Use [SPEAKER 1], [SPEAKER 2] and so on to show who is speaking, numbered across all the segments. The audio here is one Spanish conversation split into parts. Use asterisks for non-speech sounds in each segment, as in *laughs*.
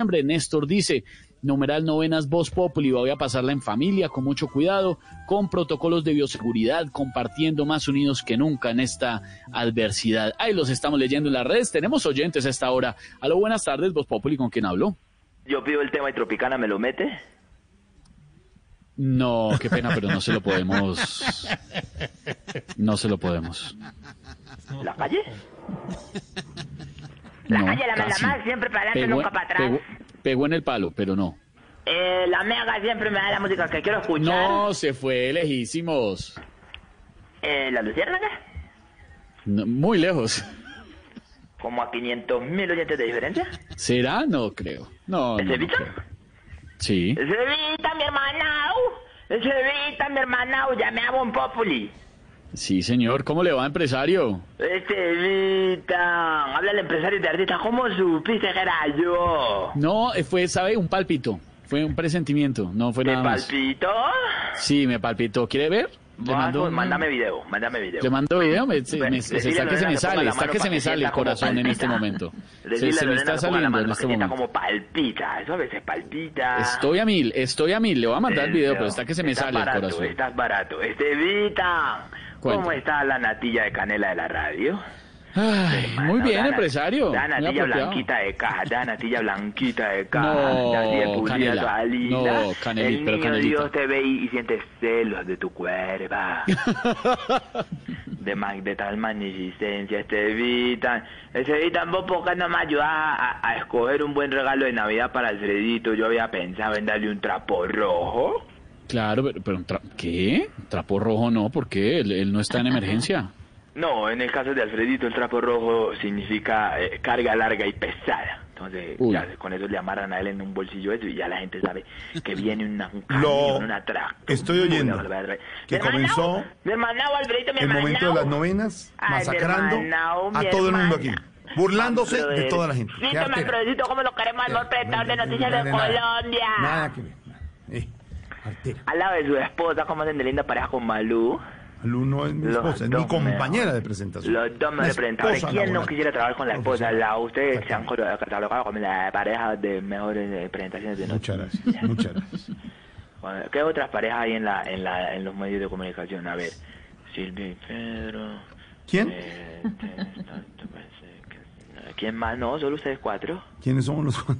[SPEAKER 1] Hombre, Néstor dice, numeral novenas Voz Populi, voy a pasarla en familia, con mucho cuidado, con protocolos de bioseguridad, compartiendo más unidos que nunca en esta adversidad. Ahí los estamos leyendo en las redes, tenemos oyentes a esta hora. Aló, buenas tardes, Voz Populi, ¿con quién habló?
[SPEAKER 2] Yo pido el tema y Tropicana me lo mete.
[SPEAKER 1] No, qué pena, pero no se lo podemos. No se lo podemos.
[SPEAKER 2] ¿La calle?
[SPEAKER 3] La
[SPEAKER 1] No,
[SPEAKER 3] calle la, la
[SPEAKER 1] casi.
[SPEAKER 3] más siempre para adelante,
[SPEAKER 1] Pegó,
[SPEAKER 3] nunca para atrás.
[SPEAKER 1] pegó- pegó en el palo, pero no.
[SPEAKER 3] Eh, la mega siempre me da la música que quiero escuchar.
[SPEAKER 1] No, se fue lejísimos.
[SPEAKER 3] Eh, la luciérnaga,
[SPEAKER 1] No, muy lejos.
[SPEAKER 2] Como a 500 mil oyentes de diferencia.
[SPEAKER 1] ¿Será? No creo. No, no, no
[SPEAKER 2] ¿Cevita?
[SPEAKER 1] creo. Sí.
[SPEAKER 3] Sevita, mi hermana, uh. Sevita, mi hermana, uh. ya me hago un populi.
[SPEAKER 1] Sí, señor. ¿Cómo le va, empresario?
[SPEAKER 3] Sevita, habla el empresario de artista, ¿cómo supiste que era yo?
[SPEAKER 1] No, eh, fue, ¿sabe? Un palpito. Fue un presentimiento. No fue
[SPEAKER 3] ¿Te
[SPEAKER 1] nada más.
[SPEAKER 3] palpito?
[SPEAKER 1] Sí, me palpitó. ¿Quiere ver? Le
[SPEAKER 2] Vas,
[SPEAKER 1] mando,
[SPEAKER 2] pues, mándame video, mándame video.
[SPEAKER 1] le mando video. Me, se-
[SPEAKER 2] Bueno,
[SPEAKER 1] me- se-
[SPEAKER 2] decile a
[SPEAKER 1] está que se
[SPEAKER 2] Lorena
[SPEAKER 1] me
[SPEAKER 2] que ponga
[SPEAKER 1] sale.
[SPEAKER 2] la
[SPEAKER 1] Está
[SPEAKER 2] mano
[SPEAKER 1] que se
[SPEAKER 2] para
[SPEAKER 1] me
[SPEAKER 2] que
[SPEAKER 1] sale el
[SPEAKER 2] sienta como
[SPEAKER 1] corazón en este
[SPEAKER 2] palpita.
[SPEAKER 1] momento. Se,
[SPEAKER 2] Decile
[SPEAKER 1] se
[SPEAKER 2] a
[SPEAKER 1] me
[SPEAKER 2] Lorena
[SPEAKER 1] está
[SPEAKER 2] que ponga la
[SPEAKER 1] saliendo
[SPEAKER 2] mano
[SPEAKER 1] en este
[SPEAKER 2] para que sienta
[SPEAKER 1] momento.
[SPEAKER 2] como palpita, eso a veces palpita.
[SPEAKER 1] Estoy a mil, estoy a mil. Le voy a mandar el video, pero está que se me
[SPEAKER 2] Estás
[SPEAKER 1] sale el
[SPEAKER 2] barato,
[SPEAKER 1] corazón.
[SPEAKER 2] Estás barato. Estevita, ¿cómo
[SPEAKER 1] Cuéntame.
[SPEAKER 2] está la natilla de canela de la radio?
[SPEAKER 1] Ay, muy
[SPEAKER 2] Bueno,
[SPEAKER 1] bien,
[SPEAKER 2] da
[SPEAKER 1] empresario.
[SPEAKER 2] na- Da
[SPEAKER 1] Muy
[SPEAKER 2] natilla
[SPEAKER 1] apropiado.
[SPEAKER 2] blanquita de caja, da natilla blanquita de
[SPEAKER 1] *laughs*
[SPEAKER 2] caja.
[SPEAKER 1] No,
[SPEAKER 2] da así de pulida,
[SPEAKER 1] canela.
[SPEAKER 2] toda linda.
[SPEAKER 1] No, canelita,
[SPEAKER 2] El
[SPEAKER 1] pero
[SPEAKER 2] niño
[SPEAKER 1] canelita.
[SPEAKER 2] Dios te ve y, y siente celos de tu cuerpo.
[SPEAKER 1] *laughs*
[SPEAKER 2] de, ma- de tal magnificencia, este Estevita. Estevita, vos por qué no me ayudás a, a escoger un buen regalo de Navidad para Alfredito. Yo había pensado en darle un trapo rojo.
[SPEAKER 1] Claro, pero, pero un tra- ¿qué? Trapo rojo no, ¿por qué? Él, él no está en emergencia.
[SPEAKER 2] No, en el caso de Alfredito, el trapo rojo significa eh, carga larga y pesada. Entonces,
[SPEAKER 1] Uy.
[SPEAKER 2] ya con eso le amarran a él en un bolsillo eso y ya la gente sabe que viene una, un camión, una traca.
[SPEAKER 4] estoy oyendo que comenzó
[SPEAKER 3] Mi hermana, Alfredito, mi
[SPEAKER 4] el
[SPEAKER 3] hermana.
[SPEAKER 4] momento de las novenas,
[SPEAKER 3] Ay, mi
[SPEAKER 4] masacrando
[SPEAKER 3] hermano, mi
[SPEAKER 4] a todo el mundo aquí,
[SPEAKER 3] hermana.
[SPEAKER 4] burlándose de toda la gente.
[SPEAKER 3] Sí,
[SPEAKER 4] Qué
[SPEAKER 3] toma,
[SPEAKER 4] artera.
[SPEAKER 3] Alfredito, ¿cómo lo queremos al mejor presentador de
[SPEAKER 4] No, no, no,
[SPEAKER 3] noticias
[SPEAKER 4] no,
[SPEAKER 3] de
[SPEAKER 4] no, nada.
[SPEAKER 3] Colombia?
[SPEAKER 4] Nada que ver. nada. Eh, artera.
[SPEAKER 2] Al lado de su esposa, como hacen de linda pareja con Malú.
[SPEAKER 4] Lu no es mi
[SPEAKER 2] Los
[SPEAKER 4] esposa, es
[SPEAKER 2] dos
[SPEAKER 4] mi compañera
[SPEAKER 2] mejores.
[SPEAKER 4] de presentación.
[SPEAKER 2] Los dos
[SPEAKER 4] Una
[SPEAKER 2] mejores presentadores.
[SPEAKER 4] esposa
[SPEAKER 2] ¿Quién no
[SPEAKER 4] laboral.
[SPEAKER 2] quisiera trabajar con la esposa?
[SPEAKER 4] Profesional.
[SPEAKER 2] La, ustedes se han
[SPEAKER 4] Exactamente.
[SPEAKER 2] catalogado como la pareja de mejores eh, presentaciones de noche.
[SPEAKER 4] Muchas gracias, muchas gracias.
[SPEAKER 2] *laughs* Bueno, ¿Qué otras parejas hay en, la, en, la, en los medios de comunicación? A ver, Silvia y Pedro.
[SPEAKER 4] ¿Quién?
[SPEAKER 2] eh, te- tanto pensé que- ¿Quién más? No, solo ustedes cuatro.
[SPEAKER 4] ¿Quiénes somos
[SPEAKER 2] *laughs*
[SPEAKER 4] los Juan?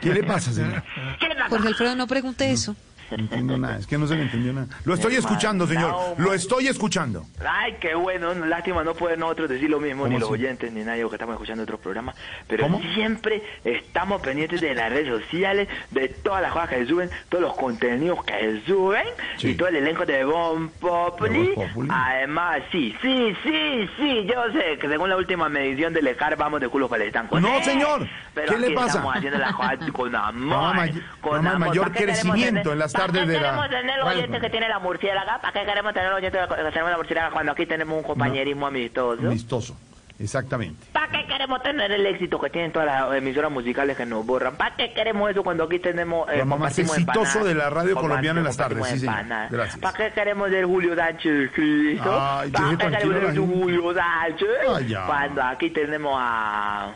[SPEAKER 4] ¿Qué le pasa, señor?
[SPEAKER 3] ¿Qué le pasa?
[SPEAKER 5] Jorge Alfredo, no pregunte eso.
[SPEAKER 4] No entiendo nada, es que no se le entendió nada. Lo estoy escuchando, señor, lo estoy escuchando.
[SPEAKER 2] Ay, qué bueno, no, lástima no pueden nosotros decir lo mismo, ni
[SPEAKER 4] ¿Cómo
[SPEAKER 2] los
[SPEAKER 4] así?
[SPEAKER 2] oyentes, ni nadie que estamos escuchando otros programas, pero
[SPEAKER 4] ¿Cómo?
[SPEAKER 2] siempre estamos pendientes de las redes sociales, de todas las cosas que se suben, todos los contenidos que se suben,
[SPEAKER 4] Sí.
[SPEAKER 2] y todo el elenco de Bon Populi.
[SPEAKER 4] De Bon Populi.
[SPEAKER 2] Además, sí, sí, sí, sí, yo sé que según la última medición del ECAR vamos de culo para el estanco.
[SPEAKER 4] No,
[SPEAKER 2] ¡Eh!
[SPEAKER 4] señor,
[SPEAKER 2] Pero
[SPEAKER 4] ¿qué le
[SPEAKER 2] aquí
[SPEAKER 4] pasa?
[SPEAKER 2] Estamos haciendo las cosas
[SPEAKER 4] *laughs*
[SPEAKER 2] con amor.
[SPEAKER 4] Programa may-
[SPEAKER 2] con
[SPEAKER 4] programa
[SPEAKER 2] amor.
[SPEAKER 4] mayor
[SPEAKER 2] ¿Para qué queremos
[SPEAKER 4] crecimiento
[SPEAKER 2] tener-
[SPEAKER 4] en las
[SPEAKER 2] ¿para qué
[SPEAKER 4] tardes de la-
[SPEAKER 2] queremos tener los
[SPEAKER 4] Radio.
[SPEAKER 2] oyentes que tiene la murciélaga? ¿Para qué queremos tener los oyentes que tenemos la murciélaga cuando aquí tenemos un compañerismo amistoso?
[SPEAKER 4] Amistoso, exactamente.
[SPEAKER 2] ¿Para qué queremos tener el éxito que tienen todas las emisoras musicales que nos borran? ¿Para qué queremos eso cuando aquí tenemos... eh, el
[SPEAKER 4] Programa más exitoso de la radio colombiana en las tardes, sí, señor. Gracias.
[SPEAKER 2] ¿Para qué queremos ser Julio Sánchez Cristo?
[SPEAKER 4] Ay,
[SPEAKER 2] ¿Para
[SPEAKER 4] deje
[SPEAKER 2] qué queremos
[SPEAKER 4] tranquilo a la
[SPEAKER 2] ser
[SPEAKER 4] gente.
[SPEAKER 2] Julio Sánchez?
[SPEAKER 4] Ay, ya.
[SPEAKER 2] Cuando aquí tenemos a...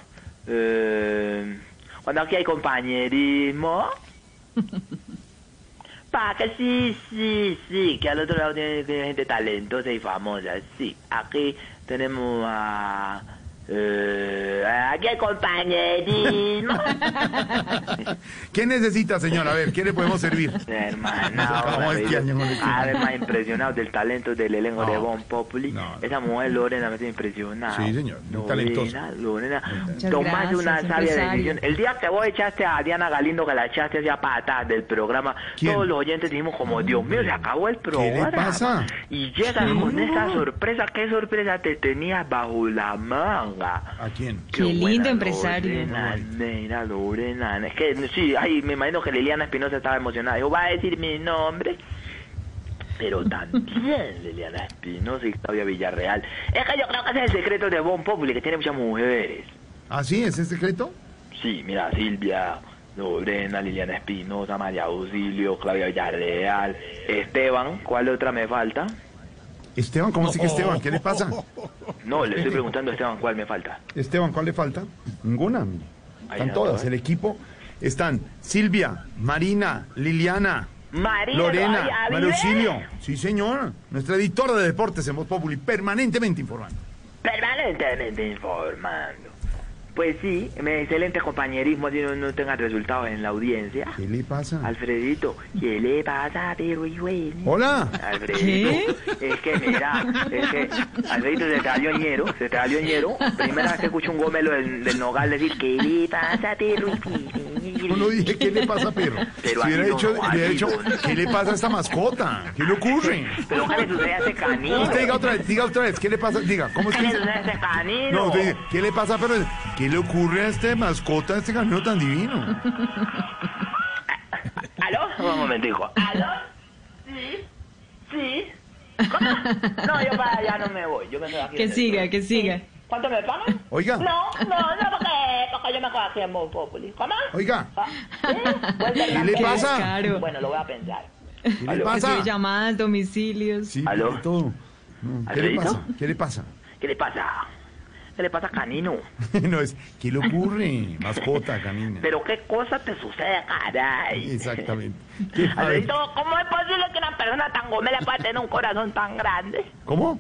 [SPEAKER 2] ờ, eh, cuando aquí hay compañerismo... Pa, que sí, sí, sí, que al otro lado tiene, tiene gente talentosa y famosa, sí. Aquí tenemos a... eh, aquí hay compañerismo.
[SPEAKER 4] ¿Qué necesita, señor? A ver, ¿qué le
[SPEAKER 2] *laughs*
[SPEAKER 4] podemos servir? *laughs*
[SPEAKER 2] Hermano,
[SPEAKER 4] Nos acabamos
[SPEAKER 2] ahora
[SPEAKER 4] de
[SPEAKER 2] digo,
[SPEAKER 4] quedar, señor.
[SPEAKER 2] además impresionado del talento del elenco de
[SPEAKER 4] No,
[SPEAKER 2] Bon Populi.
[SPEAKER 4] no, no.
[SPEAKER 2] Esa mujer Lorena me está impresionada.
[SPEAKER 4] Sí, señor, muy talentosa.
[SPEAKER 2] Lorena,
[SPEAKER 6] Muchas
[SPEAKER 2] tomaste
[SPEAKER 6] gracias,
[SPEAKER 2] una sabia
[SPEAKER 6] empresario.
[SPEAKER 2] decisión. El día que vos echaste a Diana Galindo, que la echaste hacia patas del programa,
[SPEAKER 4] ¿Quién?
[SPEAKER 2] todos los oyentes dijimos como, Dios mío, se acabó el programa.
[SPEAKER 4] pasa?
[SPEAKER 2] Y llegas con esa sorpresa. ¿Qué sorpresa te tenías bajo la mano? va.
[SPEAKER 4] ¿A quién?
[SPEAKER 2] Qué
[SPEAKER 7] Qué lindo
[SPEAKER 2] buena
[SPEAKER 7] empresario.
[SPEAKER 2] Lorena, nena, Lorena. Es que sí, ay, me imagino que Liliana Espinosa estaba emocionada. Dijo, va a decir mi nombre. Pero también Liliana Espinosa y Claudia Villarreal. Es que yo creo que ese es el secreto de Bon Populi, que tiene muchas mujeres.
[SPEAKER 4] ¿Ah, sí? ¿Ese ¿Es secreto?
[SPEAKER 2] Sí, mira, Silvia, Lorena, Liliana Espinosa, María Auxilio, Claudia Villarreal, Esteban. ¿Cuál otra me falta?
[SPEAKER 4] Esteban, ¿cómo así que Esteban? ¿Qué le
[SPEAKER 2] *laughs*
[SPEAKER 4] pasa?
[SPEAKER 2] No, le estoy preguntando a Esteban cuál me falta.
[SPEAKER 4] Esteban, ¿cuál le falta? Ninguna. mire.
[SPEAKER 2] Ahí
[SPEAKER 4] Están
[SPEAKER 2] está,
[SPEAKER 4] todas.
[SPEAKER 2] ¿eh?
[SPEAKER 4] El equipo están Silvia, Marina, Liliana,
[SPEAKER 3] María
[SPEAKER 4] Lorena,
[SPEAKER 3] todavía
[SPEAKER 4] María
[SPEAKER 3] vive.
[SPEAKER 4] Auxilio. Sí, señor. Nuestra editora de deportes en Voz Populi, permanentemente informando.
[SPEAKER 2] Permanentemente informando. Pues sí, mi excelente compañerismo si no, no tenga resultados en la audiencia.
[SPEAKER 4] ¿Qué le pasa?
[SPEAKER 2] Alfredito, ¿qué le pasa, pero y bueno?
[SPEAKER 4] Hola.
[SPEAKER 2] Alfredito, es que mira, es que Alfredito se te salió ñero, se te salió ñero. Primera vez que escucho un gómelo del, del nogal decir, ¿qué le pasa, pero y
[SPEAKER 4] Yo
[SPEAKER 2] bueno?
[SPEAKER 4] no dije qué le pasa, perro.
[SPEAKER 2] *laughs* Pero
[SPEAKER 4] Si hubiera
[SPEAKER 2] así no,
[SPEAKER 4] hecho,
[SPEAKER 2] así
[SPEAKER 4] hubiera hecho,
[SPEAKER 2] no.
[SPEAKER 4] ¿qué le pasa a esta mascota? ¿Qué le ocurre?
[SPEAKER 2] Pero ¿qué le sucede a ese canino?
[SPEAKER 4] Usted diga otra vez, diga otra vez, ¿qué le pasa? Diga, ¿cómo es
[SPEAKER 2] ¿Qué
[SPEAKER 4] que
[SPEAKER 2] le
[SPEAKER 4] dice?
[SPEAKER 2] sucede a ese
[SPEAKER 4] No,
[SPEAKER 2] canino?
[SPEAKER 4] usted dice, ¿qué le pasa, perro? ¿Qué le ocurre a este mascota, a este camino tan divino?
[SPEAKER 2] ¿Aló? Un momentico.
[SPEAKER 3] ¿Aló? Sí, sí.
[SPEAKER 2] No, yo para allá no me voy, yo me quedo aquí. en
[SPEAKER 7] Que
[SPEAKER 2] el
[SPEAKER 7] siga, que siga.
[SPEAKER 3] ¿Cuánto me pagan?
[SPEAKER 4] Oiga.
[SPEAKER 3] No, no, no, porque, porque yo me quedo aquí en Bon Populi. ¿Cómo?
[SPEAKER 4] Oiga,
[SPEAKER 3] Ah, ¿sí? Vuelve
[SPEAKER 4] ¿qué
[SPEAKER 3] la-
[SPEAKER 4] le
[SPEAKER 7] Qué
[SPEAKER 4] pasa?
[SPEAKER 7] descaro.
[SPEAKER 2] Bueno, lo voy a pensar.
[SPEAKER 4] ¿Qué le
[SPEAKER 2] Aló.
[SPEAKER 4] pasa?
[SPEAKER 7] Recibe llamadas, domicilios.
[SPEAKER 4] Sí,
[SPEAKER 2] ¿Aló?
[SPEAKER 4] de todo. No, ¿Qué le
[SPEAKER 2] ¿Alfredito?
[SPEAKER 4] pasa? ¿Qué le pasa? *laughs*
[SPEAKER 2] ¿Qué le pasa? ¿Qué le pasa, canino?
[SPEAKER 4] no es, ¿qué le ocurre? Mascota, canina.
[SPEAKER 2] Pero qué cosa te sucede, caray. *laughs*
[SPEAKER 4] Exactamente. ¿Qué- a ver,
[SPEAKER 3] Alberto, ¿cómo es posible que una persona tan gomela pueda tener un corazón tan grande?
[SPEAKER 4] ¿Cómo?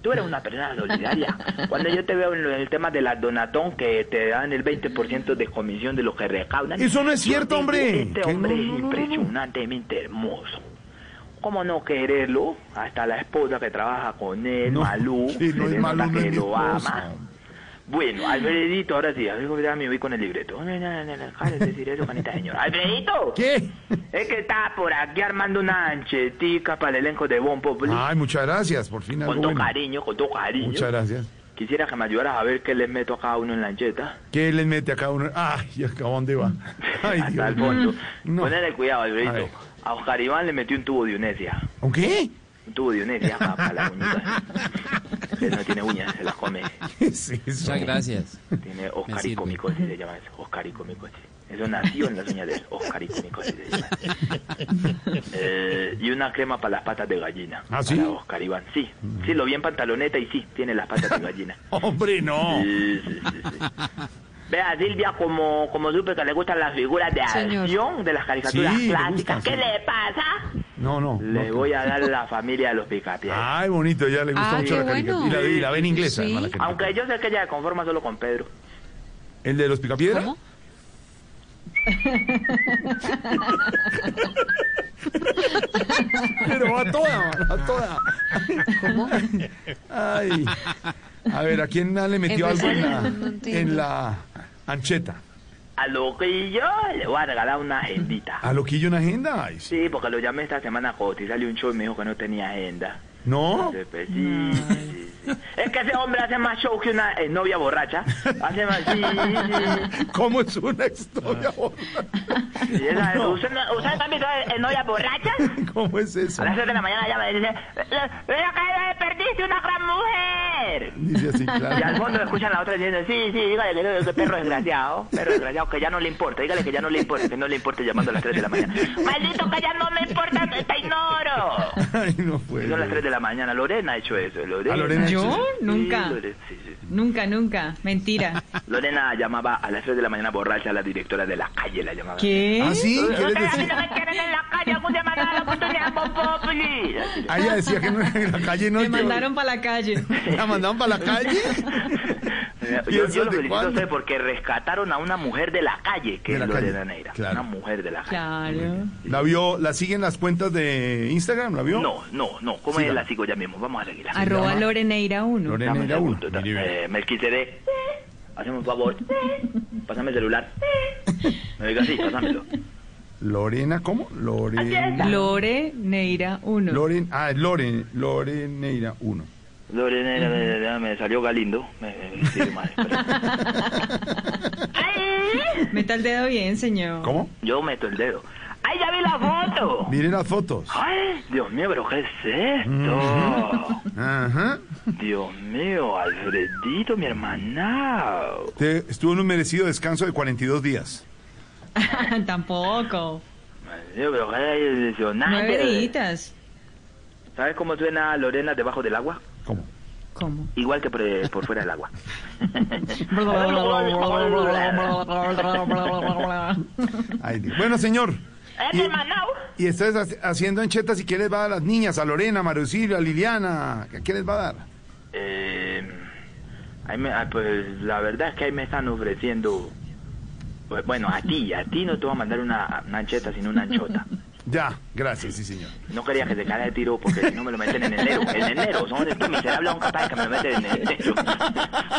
[SPEAKER 2] Tú eres una persona solidaria. Cuando yo te veo en lo- en el tema de la donatón, que te dan el 20% de comisión de lo que recaudan.
[SPEAKER 4] Eso no es
[SPEAKER 2] yo
[SPEAKER 4] cierto,
[SPEAKER 2] digo,
[SPEAKER 4] hombre.
[SPEAKER 2] Este
[SPEAKER 4] Que
[SPEAKER 2] hombre
[SPEAKER 4] no,
[SPEAKER 2] es
[SPEAKER 4] no, no, no.
[SPEAKER 2] impresionantemente hermoso. ¿Cómo no quererlo? Hasta la esposa que trabaja con él,
[SPEAKER 4] No,
[SPEAKER 2] Malú,
[SPEAKER 4] sí,
[SPEAKER 2] se
[SPEAKER 4] no es
[SPEAKER 2] le
[SPEAKER 4] Malú,
[SPEAKER 2] nota
[SPEAKER 4] no
[SPEAKER 2] que
[SPEAKER 4] es mi
[SPEAKER 2] lo ama.
[SPEAKER 4] esposa.
[SPEAKER 2] Bueno, Alfredito, ahora sí, amigo, ya me voy con el libreto. No, no, no, no, no, deja de decir eso, manita señora. Alfredito,
[SPEAKER 4] ¿Qué?
[SPEAKER 2] es que está por aquí armando una anchetica para el elenco de Bon Populi.
[SPEAKER 4] Ay, muchas gracias, por fin
[SPEAKER 2] con
[SPEAKER 4] algo
[SPEAKER 2] todo
[SPEAKER 4] Ah, bueno.
[SPEAKER 2] cariño, con todo cariño.
[SPEAKER 4] Muchas gracias.
[SPEAKER 2] Quisiera que me ayudaras a ver qué les meto a cada uno en la ancheta.
[SPEAKER 4] ¿Qué les mete a cada uno? Ay, ¿a
[SPEAKER 2] *laughs*
[SPEAKER 4] dónde va? *laughs* Ay,
[SPEAKER 2] Hasta
[SPEAKER 4] Dios
[SPEAKER 2] el
[SPEAKER 4] mío.
[SPEAKER 2] fondo.
[SPEAKER 4] No.
[SPEAKER 2] Ponele cuidado,
[SPEAKER 4] A ver.
[SPEAKER 2] Alberto. A Oscar Iván le metí un tubo de unesia.
[SPEAKER 4] ¿Un qué? *laughs*
[SPEAKER 2] Un tubo de unesia para, las uñitas. Él no tiene uñas, se las come.
[SPEAKER 4] ¿Qué es eso?
[SPEAKER 5] Muchas gracias.
[SPEAKER 2] Tiene
[SPEAKER 5] sirve.
[SPEAKER 2] oscaricómicosis, se llama eso. Oscaricómicosis. Eso nació en las uñas de él. Oscaricómicosis se llama.
[SPEAKER 4] *laughs*
[SPEAKER 2] Eh, y una crema para las patas de gallina.
[SPEAKER 4] ¿Ah, sí?
[SPEAKER 2] Para Oscar Iván. Sí, sí, lo vi en pantaloneta y sí, tiene las patas de gallina.
[SPEAKER 4] Hombre, no.
[SPEAKER 2] Sí, sí, sí, sí. Vea, Silvia, como, como supe que le gustan las figuras de
[SPEAKER 5] Señor.
[SPEAKER 2] acción de las caricaturas
[SPEAKER 4] Sí, le
[SPEAKER 2] clásicas,
[SPEAKER 4] gusta,
[SPEAKER 2] ¿qué
[SPEAKER 4] sí.
[SPEAKER 2] le pasa?
[SPEAKER 4] No, no.
[SPEAKER 2] Le
[SPEAKER 4] no.
[SPEAKER 2] voy a dar *laughs* la familia de los picapiés.
[SPEAKER 4] Ay, bonito, ya le
[SPEAKER 5] Ah,
[SPEAKER 4] gusta mucho la
[SPEAKER 5] qué bueno.
[SPEAKER 4] caricatura. Y la, y la ven inglesa, además, la caricatura.
[SPEAKER 2] Aunque yo sé que ella se conforma solo con Pedro.
[SPEAKER 4] ¿El de los picapiedra?
[SPEAKER 5] ¿Cómo?
[SPEAKER 4] *laughs* Pero va toda, mano, va toda. Ay. A ver, ¿a quién le metió algo en la, en la ancheta?
[SPEAKER 2] A lo que yo le voy a regalar una agendita.
[SPEAKER 4] ¿A Loquillo una agenda? Ay, sí.
[SPEAKER 2] Sí, porque lo llamé esta semana a cotizarle un show y me dijo que no tenía agenda.
[SPEAKER 4] ¿No?
[SPEAKER 2] Entonces, pues, sí, sí, sí. Es que ese hombre hace más show que una eh, novia borracha. Hace más... Sí, *laughs* sí,
[SPEAKER 4] ¿Cómo es una historia? borracha?
[SPEAKER 2] sí. Esa- ¿Usted, no- ¿Ustedes han visto eh, eh, novia borracha?
[SPEAKER 4] *laughs* ¿Cómo es eso?
[SPEAKER 2] A las 7 de la mañana llama y dice, ¡Pero que desperdiste una gran mujer!
[SPEAKER 4] Dice así,
[SPEAKER 2] Y al
[SPEAKER 4] claro.
[SPEAKER 2] fondo escuchan a la otra diciendo, sí, sí, dígale que no, que perro desgraciado, perro desgraciado, que ya no le importa, dígale que ya no le importa, que no le importa llamando a las 3 de la mañana.
[SPEAKER 3] Maldito que ya no me importa, te, te ignoro.
[SPEAKER 4] Ay, no
[SPEAKER 2] Y Son las 3
[SPEAKER 4] puede.
[SPEAKER 2] de la mañana, Lorena ha hecho eso, Lorena.
[SPEAKER 4] ¿A Lorena ha hecho
[SPEAKER 7] ¿Yo?
[SPEAKER 4] eso?
[SPEAKER 2] Sí,
[SPEAKER 7] Nunca.
[SPEAKER 2] Lore- sí, sí.
[SPEAKER 7] Nunca, nunca.
[SPEAKER 4] *laughs*
[SPEAKER 7] Mentira.
[SPEAKER 2] Lorena llamaba a las 3 de la mañana borracha a la directora de la calle, la llamaba.
[SPEAKER 7] ¿Qué?
[SPEAKER 4] ¿Ah, sí? ¿Quieres
[SPEAKER 3] Ustedes a mí
[SPEAKER 4] decir?
[SPEAKER 3] no me quieren en la calle, algún día me van a dar la oportunidad en Bon Populi.
[SPEAKER 4] Ah, ella decía que no era en la calle, no.
[SPEAKER 7] Me
[SPEAKER 4] yo-
[SPEAKER 7] mandaron para la calle.
[SPEAKER 4] ¿La mandaron para la calle?
[SPEAKER 2] Eh,
[SPEAKER 4] ¿Y
[SPEAKER 2] Yo,
[SPEAKER 4] eso
[SPEAKER 2] yo lo
[SPEAKER 4] de
[SPEAKER 2] felicito a
[SPEAKER 4] cuándo?
[SPEAKER 2] ustedes porque rescataron a una mujer de la calle, que
[SPEAKER 4] De la
[SPEAKER 2] es Lorena
[SPEAKER 4] calle,
[SPEAKER 2] Neira.
[SPEAKER 4] claro.
[SPEAKER 2] Una mujer de la calle.
[SPEAKER 7] Claro.
[SPEAKER 4] ¿La vio? ¿La siguen las cuentas de Instagram? ¿La vio?
[SPEAKER 2] No, no, no. ¿Cómo
[SPEAKER 4] Siga.
[SPEAKER 2] es la sigo ya mismo? Vamos a seguirla.
[SPEAKER 7] Arroba
[SPEAKER 4] llama?
[SPEAKER 7] Loreneira 1.
[SPEAKER 4] Lorena
[SPEAKER 2] Dame un
[SPEAKER 4] era uno.
[SPEAKER 2] segundo. ta-
[SPEAKER 4] Mire, mire.
[SPEAKER 2] Eh, Melquisedec. Hazme un favor. Pásame el celular. Me diga así, pásamelo.
[SPEAKER 4] Lorena, ¿cómo? Lorena.
[SPEAKER 7] Lore Neira 1.
[SPEAKER 4] Loren, ah, Loren, Loreneira 1.
[SPEAKER 2] Lorena, Lorena, me salió Galindo. Me, me- me escribe mal, espera.
[SPEAKER 3] ¡Ay!
[SPEAKER 7] Meta el dedo bien, señor.
[SPEAKER 4] ¿Cómo?
[SPEAKER 2] Yo meto el dedo.
[SPEAKER 3] ¡Ay, ya vi la foto!
[SPEAKER 4] Mire las fotos.
[SPEAKER 2] ¡Ay! Dios mío, pero ¿qué es
[SPEAKER 4] Mm.
[SPEAKER 2] esto?
[SPEAKER 4] Ajá.
[SPEAKER 2] Dios mío, Alfredito, mi hermana.
[SPEAKER 4] Te- estuvo en un merecido descanso de 42 días.
[SPEAKER 7] *laughs* Tampoco.
[SPEAKER 2] Dios, pero qué Ah,
[SPEAKER 7] Nueve
[SPEAKER 2] impresionante.
[SPEAKER 7] deditas.
[SPEAKER 2] ¿Sabes cómo suena Lorena debajo del agua?
[SPEAKER 4] ¿Cómo?
[SPEAKER 7] ¿Cómo?
[SPEAKER 2] *laughs* Igual que por, por fuera del agua.
[SPEAKER 4] Ay, Dios. bueno, señor.
[SPEAKER 3] ¡Es
[SPEAKER 4] Y-
[SPEAKER 3] de Manao!
[SPEAKER 4] Y estás hac- haciendo anchetas si quieres va a las niñas, a Lorena, a Marucilio, a Liliana. ¿A quién les va a dar?
[SPEAKER 2] Eh, ahí me- ah, pues la verdad es que ahí me están ofreciendo. pues, bueno, a ti, a ti no te voy a mandar una, una ancheta, sino una anchota.
[SPEAKER 4] Ya, gracias, sí, señor.
[SPEAKER 2] No quería que se caiga de tiro porque si no me lo meten en enero. En enero, son estos miserables son capaces que me lo meten en enero.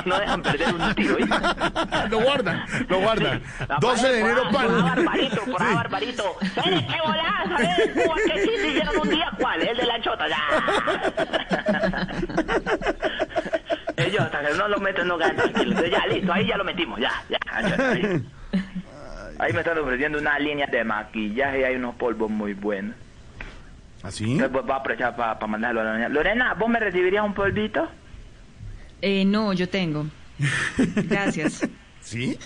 [SPEAKER 2] *laughs* No dejan perder un tiro, ¿oíste?
[SPEAKER 4] *laughs* Lo guardan, lo guardan. 12 de enero,
[SPEAKER 3] Por
[SPEAKER 4] pan.
[SPEAKER 3] barbarito, por
[SPEAKER 4] Sí.
[SPEAKER 3] barbarito. ¿Sabes qué volás? ¿Sabes
[SPEAKER 2] eh!
[SPEAKER 4] *laughs*
[SPEAKER 3] el cubo que sí te hicieron un día cuál? El de la chota, ya.
[SPEAKER 2] Ellos hasta que no lo meten no ganan tranquilos. Entonces, ya, listo, ahí ya lo metimos, ya, ya. anchota, ahí. Ahí me están ofreciendo una línea de maquillaje y hay unos polvos muy buenos.
[SPEAKER 4] ¿Así?
[SPEAKER 2] Entonces, pues, va a aprovechar para mandarlo a la Lorena. Lorena, ¿vos me recibirías un polvito?
[SPEAKER 7] Eh, no, yo tengo. Gracias.
[SPEAKER 4] ¿Sí?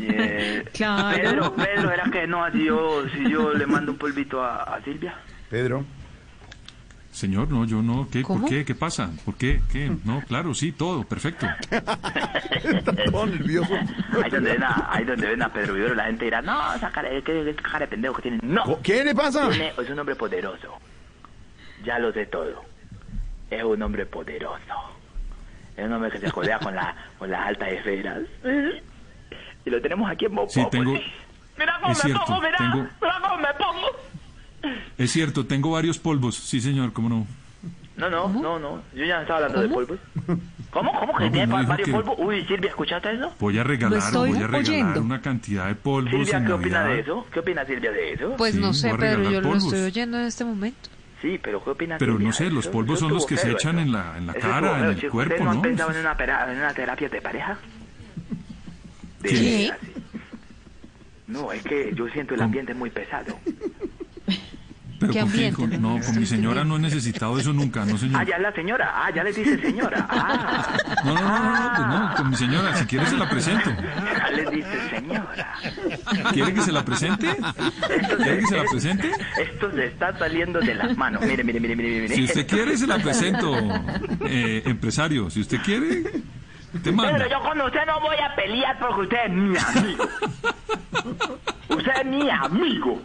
[SPEAKER 2] Eh,
[SPEAKER 7] Claro.
[SPEAKER 2] Pedro, Pedro, ¿era que no? Si yo, si yo le mando un polvito a, a Silvia.
[SPEAKER 4] Pedro.
[SPEAKER 8] Señor, no, yo no. ¿Qué,
[SPEAKER 5] ¿Cómo?
[SPEAKER 8] ¿Por qué? ¿Qué pasa? ¿Por qué? ¿Qué? No, claro, sí, todo, perfecto.
[SPEAKER 4] Está todo nervioso.
[SPEAKER 2] Ahí donde ven a, ahí donde ven a Pedro Vivero, la gente dirá, no, sácale, qué, qué cara de pendejo que tiene. No,
[SPEAKER 4] Co- ¿Qué le pasa?
[SPEAKER 2] Tiene- es un hombre poderoso. Ya lo sé todo. Es un hombre poderoso. Es un hombre que se jodea con, la, con las altas esferas. Y lo tenemos aquí en Bob
[SPEAKER 8] Sí, tengo-
[SPEAKER 3] Mira cómo
[SPEAKER 8] Es
[SPEAKER 3] me
[SPEAKER 8] cierto,
[SPEAKER 3] pongo, mira.
[SPEAKER 8] tengo-
[SPEAKER 3] Mira cómo me pongo.
[SPEAKER 8] Es cierto, tengo varios polvos. Sí, señor, cómo no.
[SPEAKER 2] No, no, no, no. Yo ya no estaba hablando de polvos. ¿Cómo? ¿Cómo que
[SPEAKER 8] No,
[SPEAKER 2] tiene
[SPEAKER 8] no dijo
[SPEAKER 2] varios
[SPEAKER 8] que-
[SPEAKER 2] polvos? Uy, Silvia, ¿escuchaste eso?
[SPEAKER 8] Voy a regalar,
[SPEAKER 5] estoy
[SPEAKER 8] voy a regalar
[SPEAKER 5] oyendo.
[SPEAKER 8] una cantidad de polvos
[SPEAKER 2] Silvia,
[SPEAKER 8] en
[SPEAKER 2] ¿qué opina
[SPEAKER 8] Navidad.
[SPEAKER 2] de eso? ¿Qué opina Silvia de eso?
[SPEAKER 9] Pues
[SPEAKER 8] Sí,
[SPEAKER 9] no
[SPEAKER 8] voy a
[SPEAKER 9] sé, Pedro,
[SPEAKER 8] regalar
[SPEAKER 9] yo lo
[SPEAKER 8] polvos.
[SPEAKER 9] estoy oyendo en este momento.
[SPEAKER 2] Sí, pero ¿qué opina
[SPEAKER 8] Pero
[SPEAKER 2] Silvia
[SPEAKER 8] no sé,
[SPEAKER 2] de
[SPEAKER 8] los
[SPEAKER 2] eso?
[SPEAKER 8] polvos
[SPEAKER 2] Eso
[SPEAKER 8] son los
[SPEAKER 2] estuvo
[SPEAKER 8] que se
[SPEAKER 2] feo,
[SPEAKER 8] echan
[SPEAKER 2] eso.
[SPEAKER 8] en la- en la
[SPEAKER 2] Eso
[SPEAKER 8] cara,
[SPEAKER 2] estuvo
[SPEAKER 8] en
[SPEAKER 2] feo,
[SPEAKER 8] el
[SPEAKER 2] chicos.
[SPEAKER 8] cuerpo,
[SPEAKER 2] ¿Ustedes no han
[SPEAKER 8] ¿no?
[SPEAKER 2] pensado en una, pera- en una terapia de pareja? De
[SPEAKER 8] ¿Qué?
[SPEAKER 2] veras, sí. No, es que yo siento el ambiente muy pesado.
[SPEAKER 8] Pero
[SPEAKER 9] ¿Qué
[SPEAKER 8] con quién?
[SPEAKER 9] ambiente?
[SPEAKER 8] Con- no, con mi señora no he necesitado eso nunca, no,
[SPEAKER 2] Ah,
[SPEAKER 8] señor.
[SPEAKER 2] ya es la señora. Ah, ya le dice señora. Ah,
[SPEAKER 8] *laughs* No, no, no, no, no, pues no, con mi señora, si quiere se la presento.
[SPEAKER 2] ya le dice señora.
[SPEAKER 8] ¿Quiere que se la presente? ¿Quiere que se la presente?
[SPEAKER 2] Esto se está saliendo de las manos. Mire, mire, mire, mire, mire.
[SPEAKER 8] Si usted quiere, se la presento, eh, empresario. Si usted quiere, te mando.
[SPEAKER 3] Pero yo con usted no voy a pelear porque usted es mi amigo.
[SPEAKER 2] Usted es mi amigo.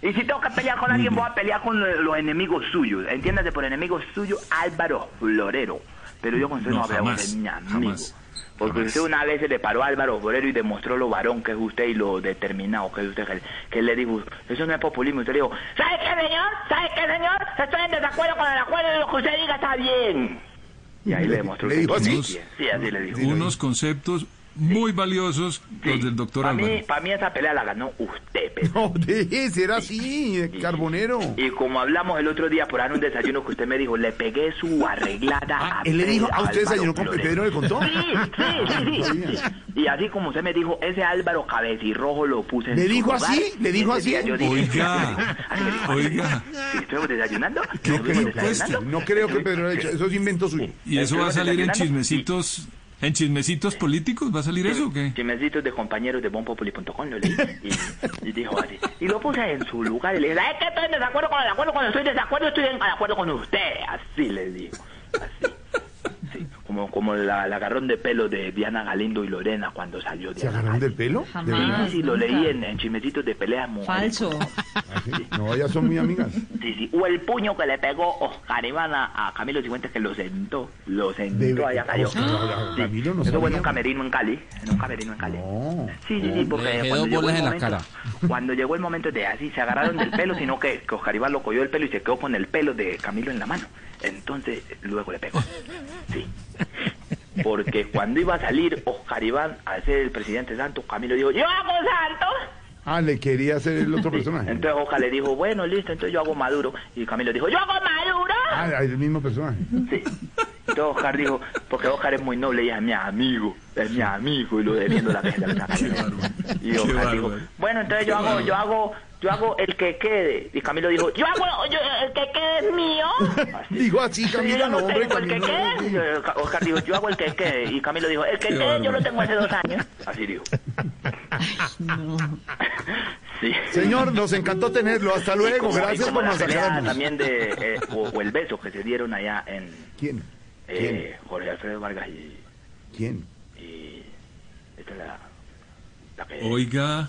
[SPEAKER 2] Y si tengo que pelear con alguien, voy a pelear con lo- los enemigos suyos. Entiéndase por enemigos suyos, Álvaro Florero. Pero yo con usted no,
[SPEAKER 8] No,
[SPEAKER 2] hablo,
[SPEAKER 8] jamás,
[SPEAKER 2] usted es mi amigo.
[SPEAKER 8] jamás,
[SPEAKER 2] Porque
[SPEAKER 8] jamás.
[SPEAKER 2] usted una vez se le paró a Álvaro Florero y demostró lo varón que es usted y lo determinado que es usted. Que, que él le dijo, eso no es populismo. Usted le dijo,
[SPEAKER 3] ¿Sabe qué, señor? ¿Sabe qué, señor? Estoy en desacuerdo con el acuerdo y lo que usted diga está bien.
[SPEAKER 2] y ahí le demostró.
[SPEAKER 4] le
[SPEAKER 2] que
[SPEAKER 4] dijo
[SPEAKER 2] sí,
[SPEAKER 4] así.
[SPEAKER 2] sí, Sí, así le dijo.
[SPEAKER 8] Unos conceptos muy valiosos, los del doctor
[SPEAKER 2] Para mí,
[SPEAKER 8] Álvaro.
[SPEAKER 2] pa' mí esa pelea la ganó usted, Pedro.
[SPEAKER 4] No, deje, era así, eh, carbonero.
[SPEAKER 2] Y como hablamos el otro día por ahí en un desayuno que usted me dijo, le pegué su arreglada.
[SPEAKER 4] Ah,
[SPEAKER 2] a
[SPEAKER 4] él le dijo,
[SPEAKER 2] Pedro
[SPEAKER 4] ah, usted
[SPEAKER 2] Álvaro
[SPEAKER 4] desayunó con
[SPEAKER 2] Flores".
[SPEAKER 4] Pedro, le contó.
[SPEAKER 2] Sí,
[SPEAKER 4] *laughs*
[SPEAKER 2] sí, sí, sí.
[SPEAKER 4] Sabía.
[SPEAKER 2] Y así como usted me dijo, ese Álvaro Cabecirrojo lo puse en
[SPEAKER 4] ¿Le
[SPEAKER 2] su
[SPEAKER 4] dijo
[SPEAKER 2] lugar.
[SPEAKER 4] así? ¿Le
[SPEAKER 2] Y
[SPEAKER 4] dijo
[SPEAKER 2] ese día
[SPEAKER 4] así?
[SPEAKER 2] yo dije, *laughs*
[SPEAKER 8] Oiga, oiga.
[SPEAKER 2] ¿sí ¿Estuvimos desayunando?
[SPEAKER 8] ¿Qué
[SPEAKER 2] ¿Estuvimos
[SPEAKER 8] creo?
[SPEAKER 2] desayunando?
[SPEAKER 4] No creo que Pedro haya hecho, eso es invento suyo.
[SPEAKER 8] ¿Y eso va a salir en
[SPEAKER 2] ¿Desayunando?
[SPEAKER 8] chismecitos, en chismecitos políticos? ¿Va a salir eso o qué?
[SPEAKER 2] Chimecitos de compañeros de bonpopuli.com lo leí y, y dijo así. Y lo puse en su lugar y le dije, es que estoy en desacuerdo con el acuerdo, cuando estoy en desacuerdo estoy en acuerdo con usted. Así le digo, así. Sí, como como la, el agarrón de pelo de Diana Galindo y Lorena cuando salió
[SPEAKER 4] ¿Se
[SPEAKER 2] Diana
[SPEAKER 4] agarraron del
[SPEAKER 2] Galindo.
[SPEAKER 4] pelo? ¿De verdad?
[SPEAKER 7] Jamás.
[SPEAKER 2] Sí, sí, lo
[SPEAKER 7] Nunca.
[SPEAKER 2] leí en, en Chimecitos de Peleas Mujeres.
[SPEAKER 7] Falso.
[SPEAKER 4] Ah, sí. No, ellas son muy amigas.
[SPEAKER 2] Sí, sí. O el puño que le pegó Oscar Iván a, a Camilo Cifuentes que lo sentó, lo
[SPEAKER 4] De-
[SPEAKER 2] sentó, allá cayó.
[SPEAKER 4] Oscar, ahora,
[SPEAKER 2] Sí.
[SPEAKER 4] Camilo, no
[SPEAKER 2] Eso fue en
[SPEAKER 4] sabía.
[SPEAKER 2] un camerino en Cali, en un camerino en Cali.
[SPEAKER 4] No.
[SPEAKER 2] Sí, sí, sí, porque
[SPEAKER 10] dejé
[SPEAKER 2] cuando
[SPEAKER 10] dos
[SPEAKER 2] llegó,
[SPEAKER 10] bolas
[SPEAKER 2] el
[SPEAKER 10] en la
[SPEAKER 2] momento,
[SPEAKER 10] cara. *laughs*
[SPEAKER 2] cuando llegó el momento de así, se agarraron del pelo, sino que, que Oscar Iván lo cogió el pelo y se quedó con el pelo de Camilo en la mano. Entonces, luego le pegó. Sí. Porque cuando iba a salir Oscar Iván a ser el presidente Santos, Camilo dijo, yo hago Santos.
[SPEAKER 4] Ah, le quería hacer el otro
[SPEAKER 2] Sí.
[SPEAKER 4] personaje.
[SPEAKER 2] Entonces Oscar le dijo, bueno, listo, entonces yo hago Maduro. Y Camilo dijo, yo hago Maduro.
[SPEAKER 4] Ah, el mismo personaje.
[SPEAKER 2] Sí. Entonces Oscar dijo, porque Oscar es muy noble y es mi amigo, es mi amigo, y lo debiendo la gente. la verdad. y
[SPEAKER 8] Qué
[SPEAKER 2] Oscar dijo,
[SPEAKER 8] bárbaro.
[SPEAKER 2] bueno, entonces yo hago, yo hago, yo hago el que quede. Y Camilo dijo, yo hago yo- el que quede es mío. Así.
[SPEAKER 4] Digo así,
[SPEAKER 2] Entonces yo
[SPEAKER 4] Camilo,
[SPEAKER 2] ya no
[SPEAKER 4] no, hombre,
[SPEAKER 2] tengo el que
[SPEAKER 4] Camilo.
[SPEAKER 2] quede.
[SPEAKER 4] no,
[SPEAKER 2] Y, eh, Oscar dijo, yo hago el que quede. Y Camilo dijo, el que
[SPEAKER 8] Qué
[SPEAKER 2] quede yo
[SPEAKER 8] bárbaro.
[SPEAKER 2] lo tengo hace dos años. Así dijo. *laughs* Sí.
[SPEAKER 4] Señor, nos encantó tenerlo. Hasta
[SPEAKER 2] Y
[SPEAKER 4] luego.
[SPEAKER 2] como- y
[SPEAKER 4] Gracias
[SPEAKER 2] como
[SPEAKER 4] por
[SPEAKER 2] la pelea
[SPEAKER 4] masajearnos.
[SPEAKER 2] También de,
[SPEAKER 4] *laughs*
[SPEAKER 2] eh, o, o el beso que se dieron allá en
[SPEAKER 4] ¿Quién?
[SPEAKER 2] eh, Jorge Alfredo Vargas y,
[SPEAKER 4] ¿Quién?
[SPEAKER 2] y esta es la, la que-
[SPEAKER 8] Oiga,